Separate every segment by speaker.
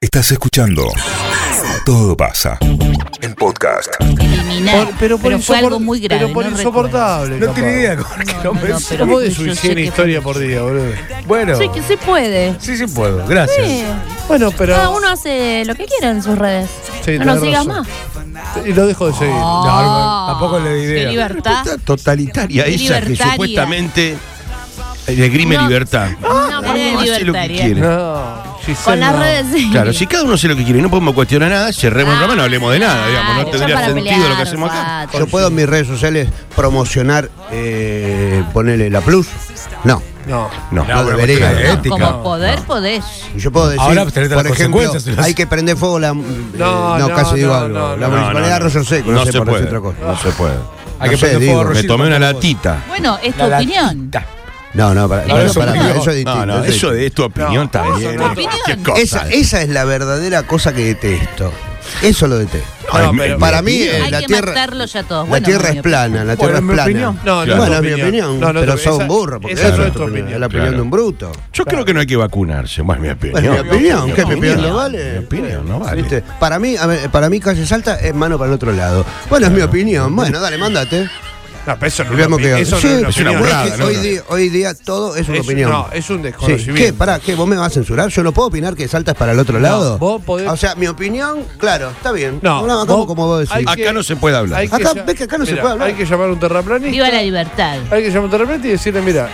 Speaker 1: Estás escuchando Todo pasa. El podcast.
Speaker 2: eliminar.
Speaker 3: Por- pero por
Speaker 2: Ah, fue
Speaker 3: insopor-
Speaker 2: algo muy grave.
Speaker 3: Pero por
Speaker 2: no
Speaker 3: insoportable.
Speaker 4: No
Speaker 3: capaz.
Speaker 4: tiene idea, Jorge.
Speaker 2: recuerdo. No,
Speaker 4: No,
Speaker 2: no,
Speaker 4: me-
Speaker 2: no, pero
Speaker 3: ¿Cómo
Speaker 2: yo
Speaker 3: podés
Speaker 2: sé
Speaker 3: subir 100
Speaker 2: que-
Speaker 3: historias por día, boludo?
Speaker 4: Bueno,
Speaker 5: Sí, que se puede.
Speaker 4: sí, sí puedo. Gracias.
Speaker 5: Sí.
Speaker 3: Bueno, pero.
Speaker 5: Cada uno hace lo que quiera en sus redes.
Speaker 3: Sí,
Speaker 5: no nos
Speaker 3: tenés
Speaker 5: sigas
Speaker 3: razón.
Speaker 5: más.
Speaker 3: Y eh, lo dejo de seguir.
Speaker 4: No, tampoco le di
Speaker 2: Oh, Qué
Speaker 4: idea.
Speaker 2: libertad.
Speaker 6: Esta totalitaria
Speaker 2: Qué
Speaker 6: esa que
Speaker 2: libertaria.
Speaker 6: supuestamente esgrime
Speaker 5: No.
Speaker 6: libertad.
Speaker 5: Una
Speaker 6: Cada uno
Speaker 5: manera
Speaker 6: hace lo que
Speaker 5: libertaria.
Speaker 6: quiere.
Speaker 3: No, Giselle,
Speaker 5: Con las
Speaker 3: no.
Speaker 5: redes. sí.
Speaker 6: Claro, si cada uno hace lo que quiere y no podemos cuestionar nada,
Speaker 2: Ah.
Speaker 6: cerremos el programa, no hablemos de nada, digamos, no
Speaker 5: Ah, Ya
Speaker 6: tendría
Speaker 5: para ah.
Speaker 6: sentido lo que
Speaker 5: pelear,
Speaker 6: hacemos acá.
Speaker 2: Fato.
Speaker 7: Yo puedo en mis redes sociales promocionar, eh, ponerle la plus. No,
Speaker 3: No.
Speaker 6: No,
Speaker 7: no, debería.
Speaker 4: claro,
Speaker 7: ¿eh?
Speaker 4: ética.
Speaker 2: Como poder podés.
Speaker 7: Yo puedo decir,
Speaker 4: Ahora tenés
Speaker 7: por ejemplo,
Speaker 4: las consecuencias, si lo
Speaker 7: hay
Speaker 4: haces.
Speaker 7: que prender fuego la... eh,
Speaker 3: No,
Speaker 7: no,
Speaker 3: no,
Speaker 7: casi digo
Speaker 3: no,
Speaker 7: algo.
Speaker 3: no,
Speaker 7: la
Speaker 3: no,
Speaker 7: municipalidad de Arroyo Seco, no,
Speaker 6: No
Speaker 7: sé,
Speaker 6: se
Speaker 7: por decir
Speaker 6: puede.
Speaker 7: otra cosa.
Speaker 6: No se puede.
Speaker 4: Hay
Speaker 7: No
Speaker 4: que
Speaker 7: sé,
Speaker 4: prender
Speaker 7: digo,
Speaker 4: fuego a
Speaker 6: Me
Speaker 4: Roger
Speaker 6: tomé una
Speaker 4: con vos.
Speaker 6: latita.
Speaker 2: Bueno, es tu
Speaker 4: La
Speaker 2: opinión.
Speaker 7: No, no, para,
Speaker 4: Ahora
Speaker 7: no,
Speaker 4: es un
Speaker 7: para mí
Speaker 4: amigo.
Speaker 7: eso es distinto.
Speaker 6: No, no, eso
Speaker 7: es...
Speaker 6: de tu opinión está bien.
Speaker 2: no,
Speaker 6: eh,
Speaker 2: no.
Speaker 6: cualquier
Speaker 2: Opinión.
Speaker 6: cosa,
Speaker 7: Esa,
Speaker 6: eh.
Speaker 7: esa es la verdadera cosa que detesto. Eso lo detesto.
Speaker 6: No,
Speaker 3: No,
Speaker 6: es mi-
Speaker 3: pero-
Speaker 7: Para mí, eh,
Speaker 2: Hay
Speaker 7: la
Speaker 2: que
Speaker 7: tierra...
Speaker 2: matarlo ya todos.
Speaker 7: La tierra es plana, la tierra
Speaker 4: Bueno, mi
Speaker 7: es plana.
Speaker 4: opinión.
Speaker 3: No, no,
Speaker 6: Claro.
Speaker 7: Bueno,
Speaker 3: tu
Speaker 7: es mi opinión,
Speaker 3: No, no,
Speaker 7: pero
Speaker 3: esa-
Speaker 7: sos un burro. porque
Speaker 3: Esa
Speaker 7: claro,
Speaker 3: es tu
Speaker 7: Es la
Speaker 3: opinión.
Speaker 7: opinión
Speaker 6: Claro.
Speaker 7: de un bruto.
Speaker 6: Yo creo que no hay que vacunarse. Bueno, mi opinión.
Speaker 7: Bueno, mi opinión, ¿qué mi opinión no
Speaker 6: Mi
Speaker 7: vale?
Speaker 6: opinión no
Speaker 7: ¿Viste?
Speaker 6: vale.
Speaker 7: Para mí, a ver, para mí Calle Salta es mano para el otro lado. Bueno, es mi opinión. Bueno, dale, mándate.
Speaker 3: No, pero eso no
Speaker 7: Y
Speaker 3: es una
Speaker 7: veamos qué
Speaker 3: opinión, eso no
Speaker 7: Sí,
Speaker 3: es una
Speaker 6: es una
Speaker 3: opinión.
Speaker 6: burrada,
Speaker 7: es que
Speaker 6: ¿no?
Speaker 7: hoy, día, hoy día todo es una
Speaker 3: Es-
Speaker 7: opinión.
Speaker 3: no, es un
Speaker 7: Sí.
Speaker 3: desconocimiento.
Speaker 7: ¿Qué? ¿Pará? ¿Qué? ¿Vos me vas a censurar? ¿Yo no puedo opinar que Salta es para el otro lado?
Speaker 3: vos podés-
Speaker 7: O sea, mi opinión, claro, está bien.
Speaker 3: No,
Speaker 7: Hablamos
Speaker 3: vos-
Speaker 7: como vos decís.
Speaker 3: hay que-
Speaker 6: Acá no se puede hablar.
Speaker 3: Hay que
Speaker 7: Acá-
Speaker 3: llam-
Speaker 7: ves que acá no se
Speaker 3: Mirá,
Speaker 7: puede hablar.
Speaker 3: Hay que llamar a un terraplanista.
Speaker 2: Viva la libertad.
Speaker 3: Hay que llamar a un terraplanista y decirle, mira,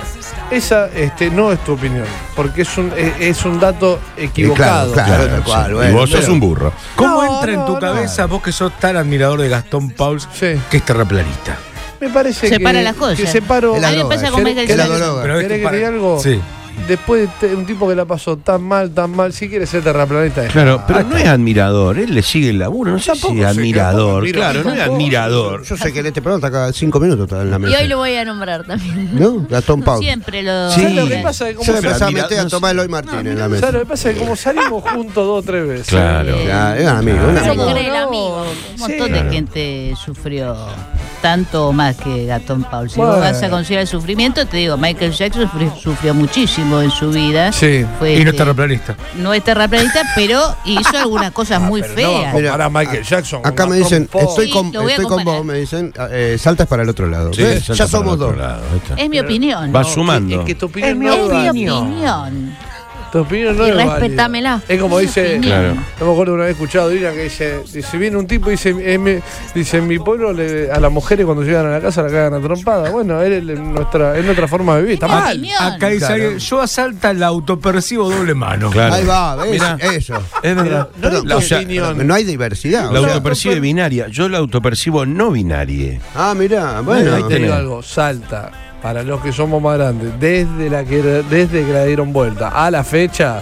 Speaker 3: esa este, no es tu opinión, porque es un, es, es un
Speaker 4: Eh,
Speaker 3: dato
Speaker 7: Y
Speaker 3: equivocado.
Speaker 7: Claro, claro,
Speaker 6: Claro,
Speaker 7: tal cual.
Speaker 6: sí.
Speaker 7: bueno,
Speaker 6: y vos sos
Speaker 7: pero-
Speaker 6: un burro.
Speaker 4: ¿Cómo
Speaker 3: No,
Speaker 4: entra en tu
Speaker 3: no, no.
Speaker 4: cabeza vos que sos tan admirador de Gastón Pauls,
Speaker 3: Sí.
Speaker 4: que es terraplanista?
Speaker 3: Me parece
Speaker 2: Separa
Speaker 3: que,
Speaker 2: las joyas.
Speaker 3: que separo...
Speaker 7: Es
Speaker 2: A
Speaker 7: la
Speaker 2: mí me
Speaker 7: droga,
Speaker 2: pasa con
Speaker 7: es-
Speaker 2: Michael
Speaker 7: es la
Speaker 2: Jackson.
Speaker 7: droga.
Speaker 4: Pero es
Speaker 3: ¿Querés que
Speaker 4: para-
Speaker 3: te diga algo?
Speaker 4: Sí.
Speaker 3: Después de te- un tipo que la pasó tan mal, tan mal, si quiere ser terraplanista. es-
Speaker 6: Claro, pero Ah, no es admirador. Él le sigue el laburo. No sé si es admirador.
Speaker 3: admira,
Speaker 6: claro, no es
Speaker 3: tampoco.
Speaker 6: admirador.
Speaker 7: Yo sé que en este programa está cada cinco minutos está en la
Speaker 5: Y
Speaker 7: mesa.
Speaker 5: hoy lo voy a nombrar también.
Speaker 7: ¿No? Gastón Pau.
Speaker 2: Siempre lo.
Speaker 6: Sí.
Speaker 3: ¿Sabes lo que pasa? Que como
Speaker 7: Yo me
Speaker 3: sal-
Speaker 7: empecé a
Speaker 6: Mira,
Speaker 7: meter
Speaker 6: no
Speaker 7: a
Speaker 6: sé.
Speaker 7: tomar Eloy Martínez en la
Speaker 3: ¿sabes lo
Speaker 7: mesa.
Speaker 3: que pasa? Que como salimos juntos dos o tres veces.
Speaker 6: Claro.
Speaker 2: Eh,
Speaker 7: Ya, es un amigo, un
Speaker 2: Se
Speaker 7: amigo.
Speaker 2: cree el amigo. Un
Speaker 3: Sí.
Speaker 2: montón de gente sufrió tanto o más que Gastón Paul. Si vos
Speaker 3: Bueno.
Speaker 2: vas a considerar el sufrimiento, te digo, Michael Jackson sufrió, sufrió muchísimo en su vida.
Speaker 3: Sí.
Speaker 2: Fue,
Speaker 4: y no
Speaker 2: este,
Speaker 4: es terraplanista.
Speaker 2: no es terraplanista, pero hizo algunas cosas muy feas.
Speaker 7: Mira,
Speaker 3: Compará a Michael Jackson con
Speaker 7: Acá me
Speaker 3: Gastón
Speaker 7: dicen,
Speaker 3: Paul.
Speaker 7: estoy,
Speaker 2: Sí,
Speaker 7: con,
Speaker 2: lo voy a
Speaker 7: estoy con
Speaker 2: comparar.
Speaker 7: vos, me dicen, eh, Salta es para el otro lado.
Speaker 6: Sí,
Speaker 7: ¿Ves?
Speaker 6: salta
Speaker 7: Ya
Speaker 6: para
Speaker 7: somos
Speaker 6: el otro
Speaker 7: dos.
Speaker 6: lado, ahí está.
Speaker 2: es mi opinión.
Speaker 6: Va
Speaker 3: Eh, No,
Speaker 6: sumando.
Speaker 3: Es que tu
Speaker 2: es
Speaker 3: opinión
Speaker 2: mi
Speaker 3: no es válida.
Speaker 2: opinión.
Speaker 3: Tu opinión no
Speaker 2: Y
Speaker 3: es válida.
Speaker 2: respetámela.
Speaker 3: Es como
Speaker 2: Es mi
Speaker 3: dice...
Speaker 2: opinión.
Speaker 6: Claro.
Speaker 3: No me acuerdo una vez escuchado Dina que dice, dice, viene un tipo y dice, en mi, dice, en mi pueblo le- a las mujeres cuando llegan a la casa la cagan a trompada. Bueno, es nuestra, es nuestra forma de vivir, está
Speaker 2: Es mi
Speaker 3: mal.
Speaker 2: opinión.
Speaker 4: Ah, Acá dice
Speaker 7: Claro.
Speaker 4: alguien, yo asalta el autopercibo doble mano.
Speaker 6: Claro.
Speaker 7: Ahí va, ¿ves?
Speaker 6: Mirá.
Speaker 7: Eso.
Speaker 4: Es verdad.
Speaker 3: Ah, No es
Speaker 7: Perdón,
Speaker 3: tu
Speaker 6: o sea,
Speaker 3: opinión.
Speaker 7: No hay diversidad.
Speaker 6: La
Speaker 7: o sea.
Speaker 6: autopercibe binaria. Yo la autopercibo no binaria.
Speaker 7: Ah, mirá,
Speaker 3: Bueno,
Speaker 7: bueno.
Speaker 3: ahí te digo
Speaker 6: tenés.
Speaker 3: algo, salta. Para los que somos más grandes, desde la que desde que la dieron vuelta a la fecha,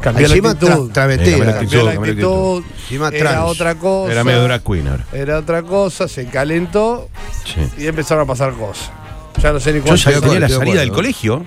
Speaker 3: cambió la
Speaker 7: Encima
Speaker 3: actitud.
Speaker 7: tra-
Speaker 6: Eh,
Speaker 7: travestida.
Speaker 6: cambió la
Speaker 3: cambió la
Speaker 6: Cambió la
Speaker 3: actitud,
Speaker 7: Encima
Speaker 3: era
Speaker 7: trans.
Speaker 3: otra cosa.
Speaker 6: Era medio drag queen ahora.
Speaker 3: era otra cosa, se calentó
Speaker 6: Sí.
Speaker 3: y empezaron a pasar cosas. Ya no sé ni
Speaker 6: Yo
Speaker 3: cuánto.
Speaker 6: salía a la
Speaker 7: estoy de
Speaker 6: salida
Speaker 7: acuerdo.
Speaker 6: del colegio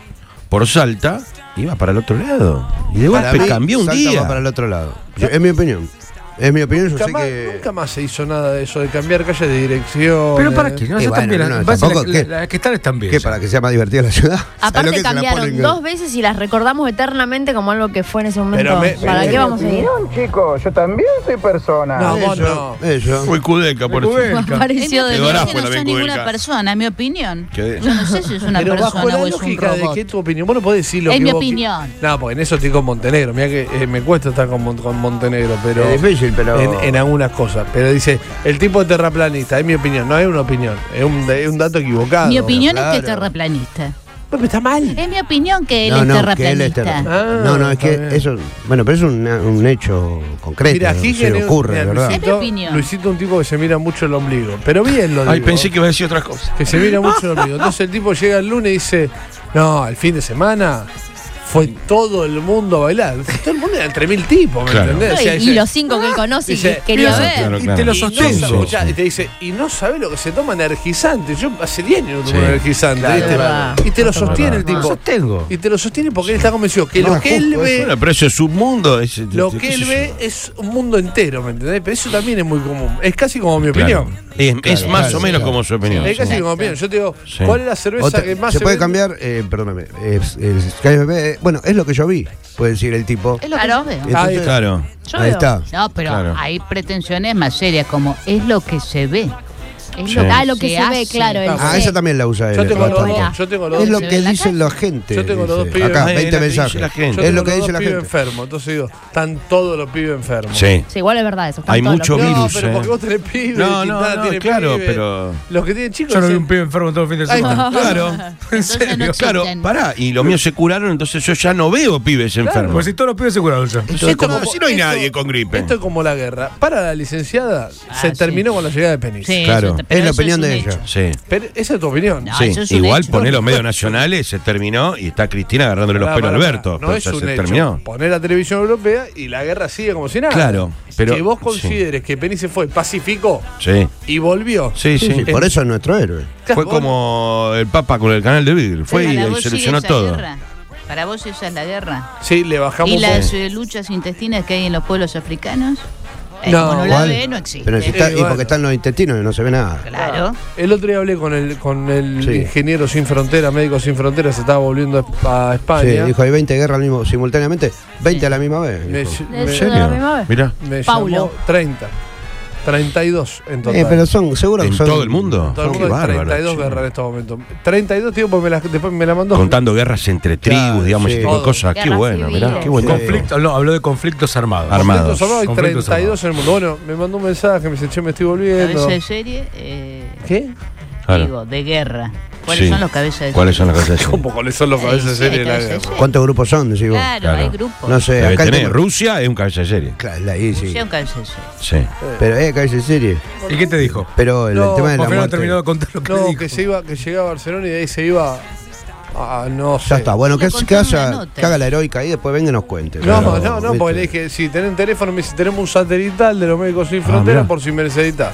Speaker 6: por Salta, iba para el otro lado. Y de
Speaker 7: Para
Speaker 6: golpe
Speaker 7: mí,
Speaker 6: cambió un
Speaker 7: Salta
Speaker 6: día.
Speaker 7: va para el otro lado. Yo- es mi opinión. Es mi opinión, yo
Speaker 3: Nunca
Speaker 7: sé
Speaker 3: más,
Speaker 7: que...
Speaker 3: nunca más se hizo nada de eso, de cambiar calles de dirección. eh,
Speaker 4: Pero para qué, no
Speaker 7: Y
Speaker 4: sé
Speaker 7: bueno,
Speaker 4: también.
Speaker 7: no,
Speaker 4: las- parece
Speaker 7: tampoco,
Speaker 4: la- la-
Speaker 7: ¿qué?
Speaker 4: Las que están están bien.
Speaker 7: ¿Qué? ¿Para que sea más divertida la ciudad? ¿Sabés lo que
Speaker 5: Aparte
Speaker 7: se la
Speaker 5: cambiaron
Speaker 7: ponen-
Speaker 5: dos veces y las recordamos eternamente como algo que fue en ese
Speaker 3: Pero
Speaker 5: momento.
Speaker 3: me-
Speaker 5: ¿Para qué vamos a ir?
Speaker 8: chicos, yo también soy persona.
Speaker 3: No, Ah, vos no.
Speaker 7: Eso, eso.
Speaker 6: Fue cudeca por eso.
Speaker 2: Apareció de
Speaker 6: Te
Speaker 2: mí
Speaker 6: dorás
Speaker 2: que
Speaker 6: por
Speaker 2: no soy
Speaker 6: la Benco del
Speaker 2: ninguna
Speaker 6: Cal.
Speaker 2: persona, mi opinión.
Speaker 6: ¿Qué?
Speaker 2: Yo no sé si es una
Speaker 3: Pero bajo
Speaker 2: persona
Speaker 3: la
Speaker 2: o es un
Speaker 3: lógica de
Speaker 2: robot.
Speaker 3: que tu opinión, vos no podés decir lo
Speaker 2: Es
Speaker 3: que
Speaker 2: mi
Speaker 3: vos qui-
Speaker 2: opinión.
Speaker 3: No, porque en eso estoy con Montenegro. Mira que eh, me cuesta estar con, Mon- con Montenegro, pero.
Speaker 7: Es difícil, pero...
Speaker 3: En, en algunas cosas. Pero dice, el tipo de terraplanista, es mi opinión, no es una opinión, es un, es un dato equivocado.
Speaker 2: Mi opinión es que es
Speaker 7: claro.
Speaker 2: terraplanista.
Speaker 3: Pero está mal.
Speaker 2: Es mi opinión que él
Speaker 7: no,
Speaker 2: es
Speaker 7: no, que él es
Speaker 2: terraplanista.
Speaker 7: terraplanista.
Speaker 3: Ah,
Speaker 7: no, no, es
Speaker 3: está
Speaker 7: que
Speaker 3: bien.
Speaker 7: eso. Bueno, pero es un, un hecho concreto.
Speaker 3: Mira,
Speaker 7: no
Speaker 3: Higgins
Speaker 7: se le
Speaker 3: es-
Speaker 7: ocurre,
Speaker 3: mirá,
Speaker 7: de verdad.
Speaker 2: Es mi opinión.
Speaker 3: Luisito, Luisito es un tipo que se mira mucho el ombligo. Pero bien lo digo.
Speaker 6: Ay, pensé que iba a decir otras cosas.
Speaker 3: Que se mira mucho el ombligo. Entonces el tipo llega el lunes y dice, no, el fin de semana fue todo el mundo a bailar. Todo el mundo era entre mil tipos, ¿me
Speaker 6: Claro.
Speaker 3: entendés? O sea,
Speaker 5: y,
Speaker 3: dice,
Speaker 5: los cinco que él conoce y
Speaker 3: dice,
Speaker 5: que quería
Speaker 3: mira,
Speaker 5: ver.
Speaker 6: Claro,
Speaker 4: Y
Speaker 6: claro.
Speaker 4: te lo
Speaker 3: Y no
Speaker 4: sostengo.
Speaker 3: sabe-
Speaker 6: Sí,
Speaker 3: escuchá,
Speaker 6: sí.
Speaker 3: y te dice, y no sabe lo que se toma energizante. Yo hace 10 años no tomo
Speaker 6: Sí.
Speaker 3: energizante,
Speaker 7: Claro,
Speaker 3: ¿viste?
Speaker 2: verdad.
Speaker 3: Y te lo sostiene el
Speaker 4: Te lo
Speaker 3: tipo.
Speaker 4: sostengo.
Speaker 3: Y te lo sostiene porque él está convencido que
Speaker 7: No,
Speaker 3: lo
Speaker 7: es
Speaker 3: que él
Speaker 7: justo
Speaker 3: ve,
Speaker 6: Bueno, pero eso es un mundo. es-
Speaker 3: lo
Speaker 6: qué
Speaker 3: que
Speaker 6: sé
Speaker 3: él
Speaker 6: yo.
Speaker 3: ve es un mundo entero, ¿me entendés? Pero eso también es muy común. Es casi como mi
Speaker 6: Claro.
Speaker 3: opinión.
Speaker 6: Es, es más
Speaker 7: claro,
Speaker 6: o menos
Speaker 7: claro.
Speaker 6: como su opinión.
Speaker 3: Es
Speaker 6: sí.
Speaker 3: casi como mi opinión. Yo te digo,
Speaker 6: Sí.
Speaker 3: ¿cuál es la cerveza
Speaker 7: Otra-
Speaker 3: que más
Speaker 7: se puede
Speaker 3: vende?
Speaker 7: cambiar, eh, perdóname, es- el KFB Bueno, es lo que yo vi, puede decir el tipo.
Speaker 2: Es lo que
Speaker 5: Claro.
Speaker 2: yo veo.
Speaker 7: Entonces,
Speaker 6: Claro.
Speaker 5: Yo
Speaker 7: Ahí
Speaker 5: veo.
Speaker 7: está.
Speaker 2: No, pero
Speaker 6: Claro.
Speaker 2: hay pretensiones más serias como es lo que se ve. Es
Speaker 6: Sí.
Speaker 5: Ah, lo que se, ve,
Speaker 2: hace.
Speaker 5: claro. el
Speaker 7: Ah,
Speaker 5: se-
Speaker 7: esa también la usa él.
Speaker 3: Yo tengo los
Speaker 7: bastante.
Speaker 3: dos, yo tengo los dos.
Speaker 7: Es lo
Speaker 2: Se
Speaker 7: que
Speaker 2: ve la
Speaker 7: dicen la gente.
Speaker 3: Yo tengo los dos
Speaker 7: dice.
Speaker 3: pibes.
Speaker 7: Acá,
Speaker 3: Ah, es
Speaker 7: 20
Speaker 6: lo que dice
Speaker 7: mensajes.
Speaker 6: la gente.
Speaker 3: Yo
Speaker 7: Es
Speaker 3: tengo
Speaker 7: lo que
Speaker 3: los
Speaker 7: dice
Speaker 3: dos
Speaker 7: la
Speaker 3: pibes
Speaker 7: gente.
Speaker 3: enfermos, entonces digo, están todos los pibes enfermos.
Speaker 6: Sí.
Speaker 5: Sí, igual es verdad eso. están
Speaker 6: Hay
Speaker 5: todos
Speaker 6: mucho
Speaker 5: los-
Speaker 3: No,
Speaker 6: virus,
Speaker 3: pero
Speaker 6: eh.
Speaker 3: porque vos tenés pibes,
Speaker 6: No,
Speaker 3: Quintana
Speaker 6: no, no,
Speaker 3: tiene
Speaker 6: claro,
Speaker 3: pibes.
Speaker 6: pero.
Speaker 3: Los que tienen chicos
Speaker 4: Yo no vi
Speaker 3: dicen,
Speaker 4: un pibe enfermo todo el fin de
Speaker 3: Ahí
Speaker 4: semana.
Speaker 6: Claro,
Speaker 4: En
Speaker 2: Entonces no
Speaker 4: serio.
Speaker 2: existe.
Speaker 6: claro,
Speaker 2: Existen.
Speaker 6: pará, y los míos se curaron, entonces yo ya no veo pibes
Speaker 4: Pues
Speaker 6: enfermos.
Speaker 4: si todos los pibes se curaron ya.
Speaker 6: Esto es
Speaker 3: Esto
Speaker 6: como-
Speaker 3: como-
Speaker 6: si no hay
Speaker 3: esto-
Speaker 6: nadie con gripe.
Speaker 3: Esto es como la guerra. Para la licenciada,
Speaker 2: Ah,
Speaker 3: se
Speaker 2: sí.
Speaker 3: terminó con la llegada de Penis.
Speaker 2: Sí, eso
Speaker 6: Claro.
Speaker 2: está- pero
Speaker 7: Es la
Speaker 2: eso
Speaker 7: opinión
Speaker 2: un
Speaker 7: de
Speaker 2: hecho.
Speaker 7: ella.
Speaker 6: Sí.
Speaker 3: Pero esa es tu opinión.
Speaker 2: No,
Speaker 6: Sí,
Speaker 2: eso es un
Speaker 6: igual
Speaker 2: hecho.
Speaker 6: poner los medios nacionales, se terminó y está Cristina agarrándole los
Speaker 3: Pará,
Speaker 6: pelos a
Speaker 3: pará,
Speaker 6: Alberto.
Speaker 3: pará. No
Speaker 6: pero
Speaker 3: es
Speaker 6: ya
Speaker 3: un
Speaker 6: se
Speaker 3: hecho.
Speaker 6: terminó.
Speaker 3: Poner la televisión europea y la guerra sigue como si nada.
Speaker 6: Claro, pero-
Speaker 3: Que vos
Speaker 6: sí.
Speaker 3: consideres que Penis se fue, pacificó
Speaker 6: Sí,
Speaker 3: y volvió.
Speaker 6: sí, sí.
Speaker 7: Sí, sí, por eso es nuestro héroe.
Speaker 6: Fue como el Papa con el canal de Bigel, fue
Speaker 2: Para
Speaker 6: y
Speaker 2: vos sigue
Speaker 6: solucionó
Speaker 2: esa
Speaker 6: todo.
Speaker 2: guerra. Para vos esa es la guerra.
Speaker 3: Sí, le bajamos
Speaker 2: Y
Speaker 3: un poco.
Speaker 2: las eh, luchas intestinas que hay en los pueblos africanos, eh,
Speaker 3: No,
Speaker 2: como no la
Speaker 7: ¿Cuál?
Speaker 2: ve, no existe.
Speaker 7: Pero si está-
Speaker 3: Eh,
Speaker 7: y
Speaker 3: bueno.
Speaker 7: porque están los intestinos y no se ve nada.
Speaker 2: Claro.
Speaker 3: El otro día hablé con el, con el
Speaker 7: Sí.
Speaker 3: ingeniero sin fronteras, médico sin fronteras, se estaba volviendo a
Speaker 7: Sí,
Speaker 3: España.
Speaker 7: dijo, hay 20 guerras al mismo, simultáneamente, 20 a la misma vez.
Speaker 3: Me-
Speaker 7: dijo. Eh,
Speaker 3: me-
Speaker 5: ¿En serio? ¿La misma vez?
Speaker 6: Mirá,
Speaker 3: me
Speaker 5: Paulo.
Speaker 3: llamó 30. 32 en total.
Speaker 7: Eh, pero son, seguro que
Speaker 6: en
Speaker 7: son.
Speaker 6: todo el mundo.
Speaker 3: Todo el
Speaker 6: Qué
Speaker 3: mundo hay
Speaker 6: bárbaro,
Speaker 3: 32
Speaker 6: che.
Speaker 3: guerras en estos momentos. 32, tío, porque me la, después me la mandó.
Speaker 6: Contando guerras entre tribus,
Speaker 7: Claro,
Speaker 6: digamos,
Speaker 7: sí.
Speaker 6: ese tipo de
Speaker 3: Todo.
Speaker 6: cosas. Qué
Speaker 5: Guerras
Speaker 6: bueno, mirá,
Speaker 5: civiles.
Speaker 6: qué buen
Speaker 7: Sí.
Speaker 6: conflicto.
Speaker 4: Conflicto, no, habló de conflictos armados.
Speaker 6: Armados.
Speaker 3: Conflictos armados Hay
Speaker 4: Conflictos
Speaker 3: 32 en el mundo. Bueno, me mandó un mensaje, me dice, che, me estoy volviendo.
Speaker 2: Cabeza de serie, eh,
Speaker 3: ¿Qué?
Speaker 6: Claro.
Speaker 2: digo, de guerra. ¿Cuáles
Speaker 6: Sí.
Speaker 2: son los cabezas de serie?
Speaker 6: ¿Cuáles son las cosas?
Speaker 3: ¿Cómo? ¿Cuáles son los
Speaker 2: Sí,
Speaker 3: cabezas de
Speaker 2: sí,
Speaker 3: serie de
Speaker 2: hay
Speaker 3: la
Speaker 2: cabezas de
Speaker 3: guerra?
Speaker 2: serie.
Speaker 7: ¿Cuántos grupos son? Decís vos?
Speaker 2: Claro,
Speaker 6: Claro.
Speaker 2: hay grupos.
Speaker 7: No sé,
Speaker 6: Debe
Speaker 7: acá el
Speaker 6: tener.
Speaker 7: tema-
Speaker 6: Rusia es un cabeza de serie.
Speaker 7: Claro, la- ahí sí.
Speaker 2: Sí, un cabeza de serie.
Speaker 6: Sí.
Speaker 7: Pero, eh, que hay serie.
Speaker 4: ¿Y qué te dijo?
Speaker 7: Pero el, el
Speaker 3: No,
Speaker 7: tema de la
Speaker 4: Porque no
Speaker 7: muerte.
Speaker 4: terminó de contar lo que
Speaker 3: No,
Speaker 4: dijo.
Speaker 3: que se iba, que llegaba a Barcelona y de ahí se iba a, a- no sé.
Speaker 7: Ya está, bueno,
Speaker 2: Lo
Speaker 7: que,
Speaker 2: conté
Speaker 7: que,
Speaker 2: en
Speaker 7: haya-
Speaker 2: una nota.
Speaker 7: que haga la heroica y después venga y nos cuente.
Speaker 3: No,
Speaker 7: Este, Pero,
Speaker 3: no, no,
Speaker 7: ¿viste? Ah,
Speaker 3: porque le dije, si tenés teléfono, me dice, tenemos un satelital de los médicos sin fronteras
Speaker 6: mirá.
Speaker 3: por si me necesitas.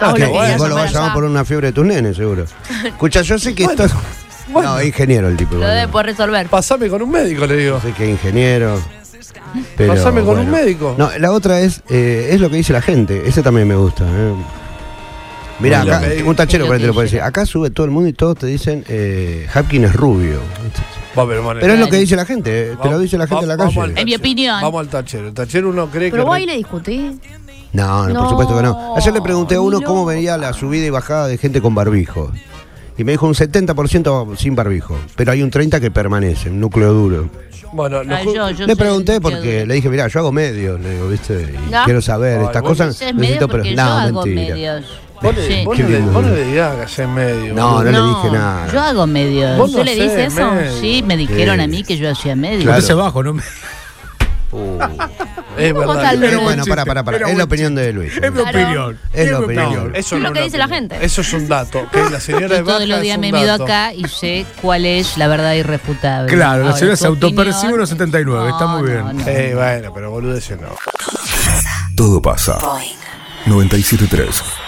Speaker 5: Ah,
Speaker 7: Que
Speaker 5: hola,
Speaker 7: vos,
Speaker 5: quería
Speaker 7: vos lo
Speaker 5: llamar
Speaker 7: vas a llamar
Speaker 5: allá.
Speaker 7: por una fiebre de tus nenes, seguro. Escucha, yo sé que esto. No, ingeniero el tipo.
Speaker 5: Lo
Speaker 7: boludo.
Speaker 5: debe poder resolver.
Speaker 3: Pasame con un médico, le digo.
Speaker 7: Sé que es ingeniero. pero
Speaker 3: Pasame con un médico.
Speaker 7: No, la otra es, eh, es lo que dice la gente. Ese también me gusta. eh. Mirá,
Speaker 6: Bueno,
Speaker 7: acá,
Speaker 3: lo que-
Speaker 7: un tachero
Speaker 2: es lo
Speaker 7: por ahí te
Speaker 2: que
Speaker 7: lo puede
Speaker 2: dice.
Speaker 7: decir. Acá sube todo el mundo y todos te dicen eh, Hapkin es rubio.
Speaker 3: Va, pero, bueno,
Speaker 7: Pero es lo que
Speaker 2: Claro.
Speaker 7: dice la gente. eh, Te lo
Speaker 3: va-
Speaker 7: dice la gente en la
Speaker 3: va- vamos al
Speaker 7: calle.
Speaker 2: En mi
Speaker 3: tachero.
Speaker 2: opinión.
Speaker 3: Vamos al tachero. El tachero uno cree
Speaker 5: Pero
Speaker 3: que.
Speaker 5: vos ahí le discutí.
Speaker 7: No, no, por
Speaker 5: No,
Speaker 7: supuesto que no. Ayer le pregunté a uno
Speaker 5: ni
Speaker 7: cómo
Speaker 5: loca.
Speaker 7: venía la subida y bajada de gente con barbijo. Y me dijo un 70% sin barbijo. Pero hay un 30% que permanece, un núcleo duro.
Speaker 3: Bueno, los
Speaker 2: Ah,
Speaker 3: ju-
Speaker 2: yo- yo
Speaker 7: le
Speaker 2: soy
Speaker 7: pregunté
Speaker 2: del
Speaker 7: porque
Speaker 2: núcleo
Speaker 7: le dije, mirá, yo hago medios, le digo, ¿viste? Y
Speaker 5: Ah.
Speaker 7: quiero saber
Speaker 3: Ay,
Speaker 7: estas
Speaker 3: vos
Speaker 7: cosas.
Speaker 2: Vos sos medio
Speaker 7: Necesito, pero
Speaker 2: porque yo
Speaker 7: no,
Speaker 2: hago
Speaker 7: mentira.
Speaker 2: medios.
Speaker 3: vos le-
Speaker 2: Sí.
Speaker 3: vos
Speaker 7: Qué
Speaker 3: no le-
Speaker 7: lindo.
Speaker 3: vos no le digas que hacés medio.
Speaker 7: No,
Speaker 3: boludo.
Speaker 7: no, le dije nada.
Speaker 2: Yo hago medios.
Speaker 3: Vos
Speaker 5: ¿Tú le
Speaker 3: hacés
Speaker 5: dices eso?
Speaker 3: medio.
Speaker 2: Sí, me dijeron
Speaker 7: Sí.
Speaker 2: a mí que yo hacía medios.
Speaker 7: Claro.
Speaker 4: Entonces abajo, ¿no?
Speaker 7: Uh.
Speaker 3: Es
Speaker 5: ¿Cómo
Speaker 3: verdad.
Speaker 5: tal?
Speaker 7: Pero
Speaker 5: buen
Speaker 7: bueno, pará, pará, pará.
Speaker 4: era
Speaker 7: Es
Speaker 4: buen
Speaker 7: la opinión de Luis.
Speaker 4: Es mi opinión.
Speaker 7: Es la
Speaker 4: mi
Speaker 7: opinión.
Speaker 3: No, eso
Speaker 5: Es lo
Speaker 3: no
Speaker 5: que
Speaker 3: es
Speaker 5: dice
Speaker 3: una
Speaker 5: la
Speaker 3: opinión.
Speaker 5: gente.
Speaker 3: Eso es un dato. Que la señora de
Speaker 2: Yo todos
Speaker 3: Vaca
Speaker 2: los
Speaker 3: es
Speaker 2: días
Speaker 3: un
Speaker 2: me mido
Speaker 3: dato.
Speaker 2: acá y sé cuál es la verdad irrefutable.
Speaker 4: Claro, la
Speaker 2: Ahora,
Speaker 4: señora se
Speaker 2: tu
Speaker 4: autopercibe
Speaker 2: opinión-
Speaker 4: unos 79, está muy bien.
Speaker 3: Eh, bueno, pero boludeces no.
Speaker 1: Todo pasa. 973.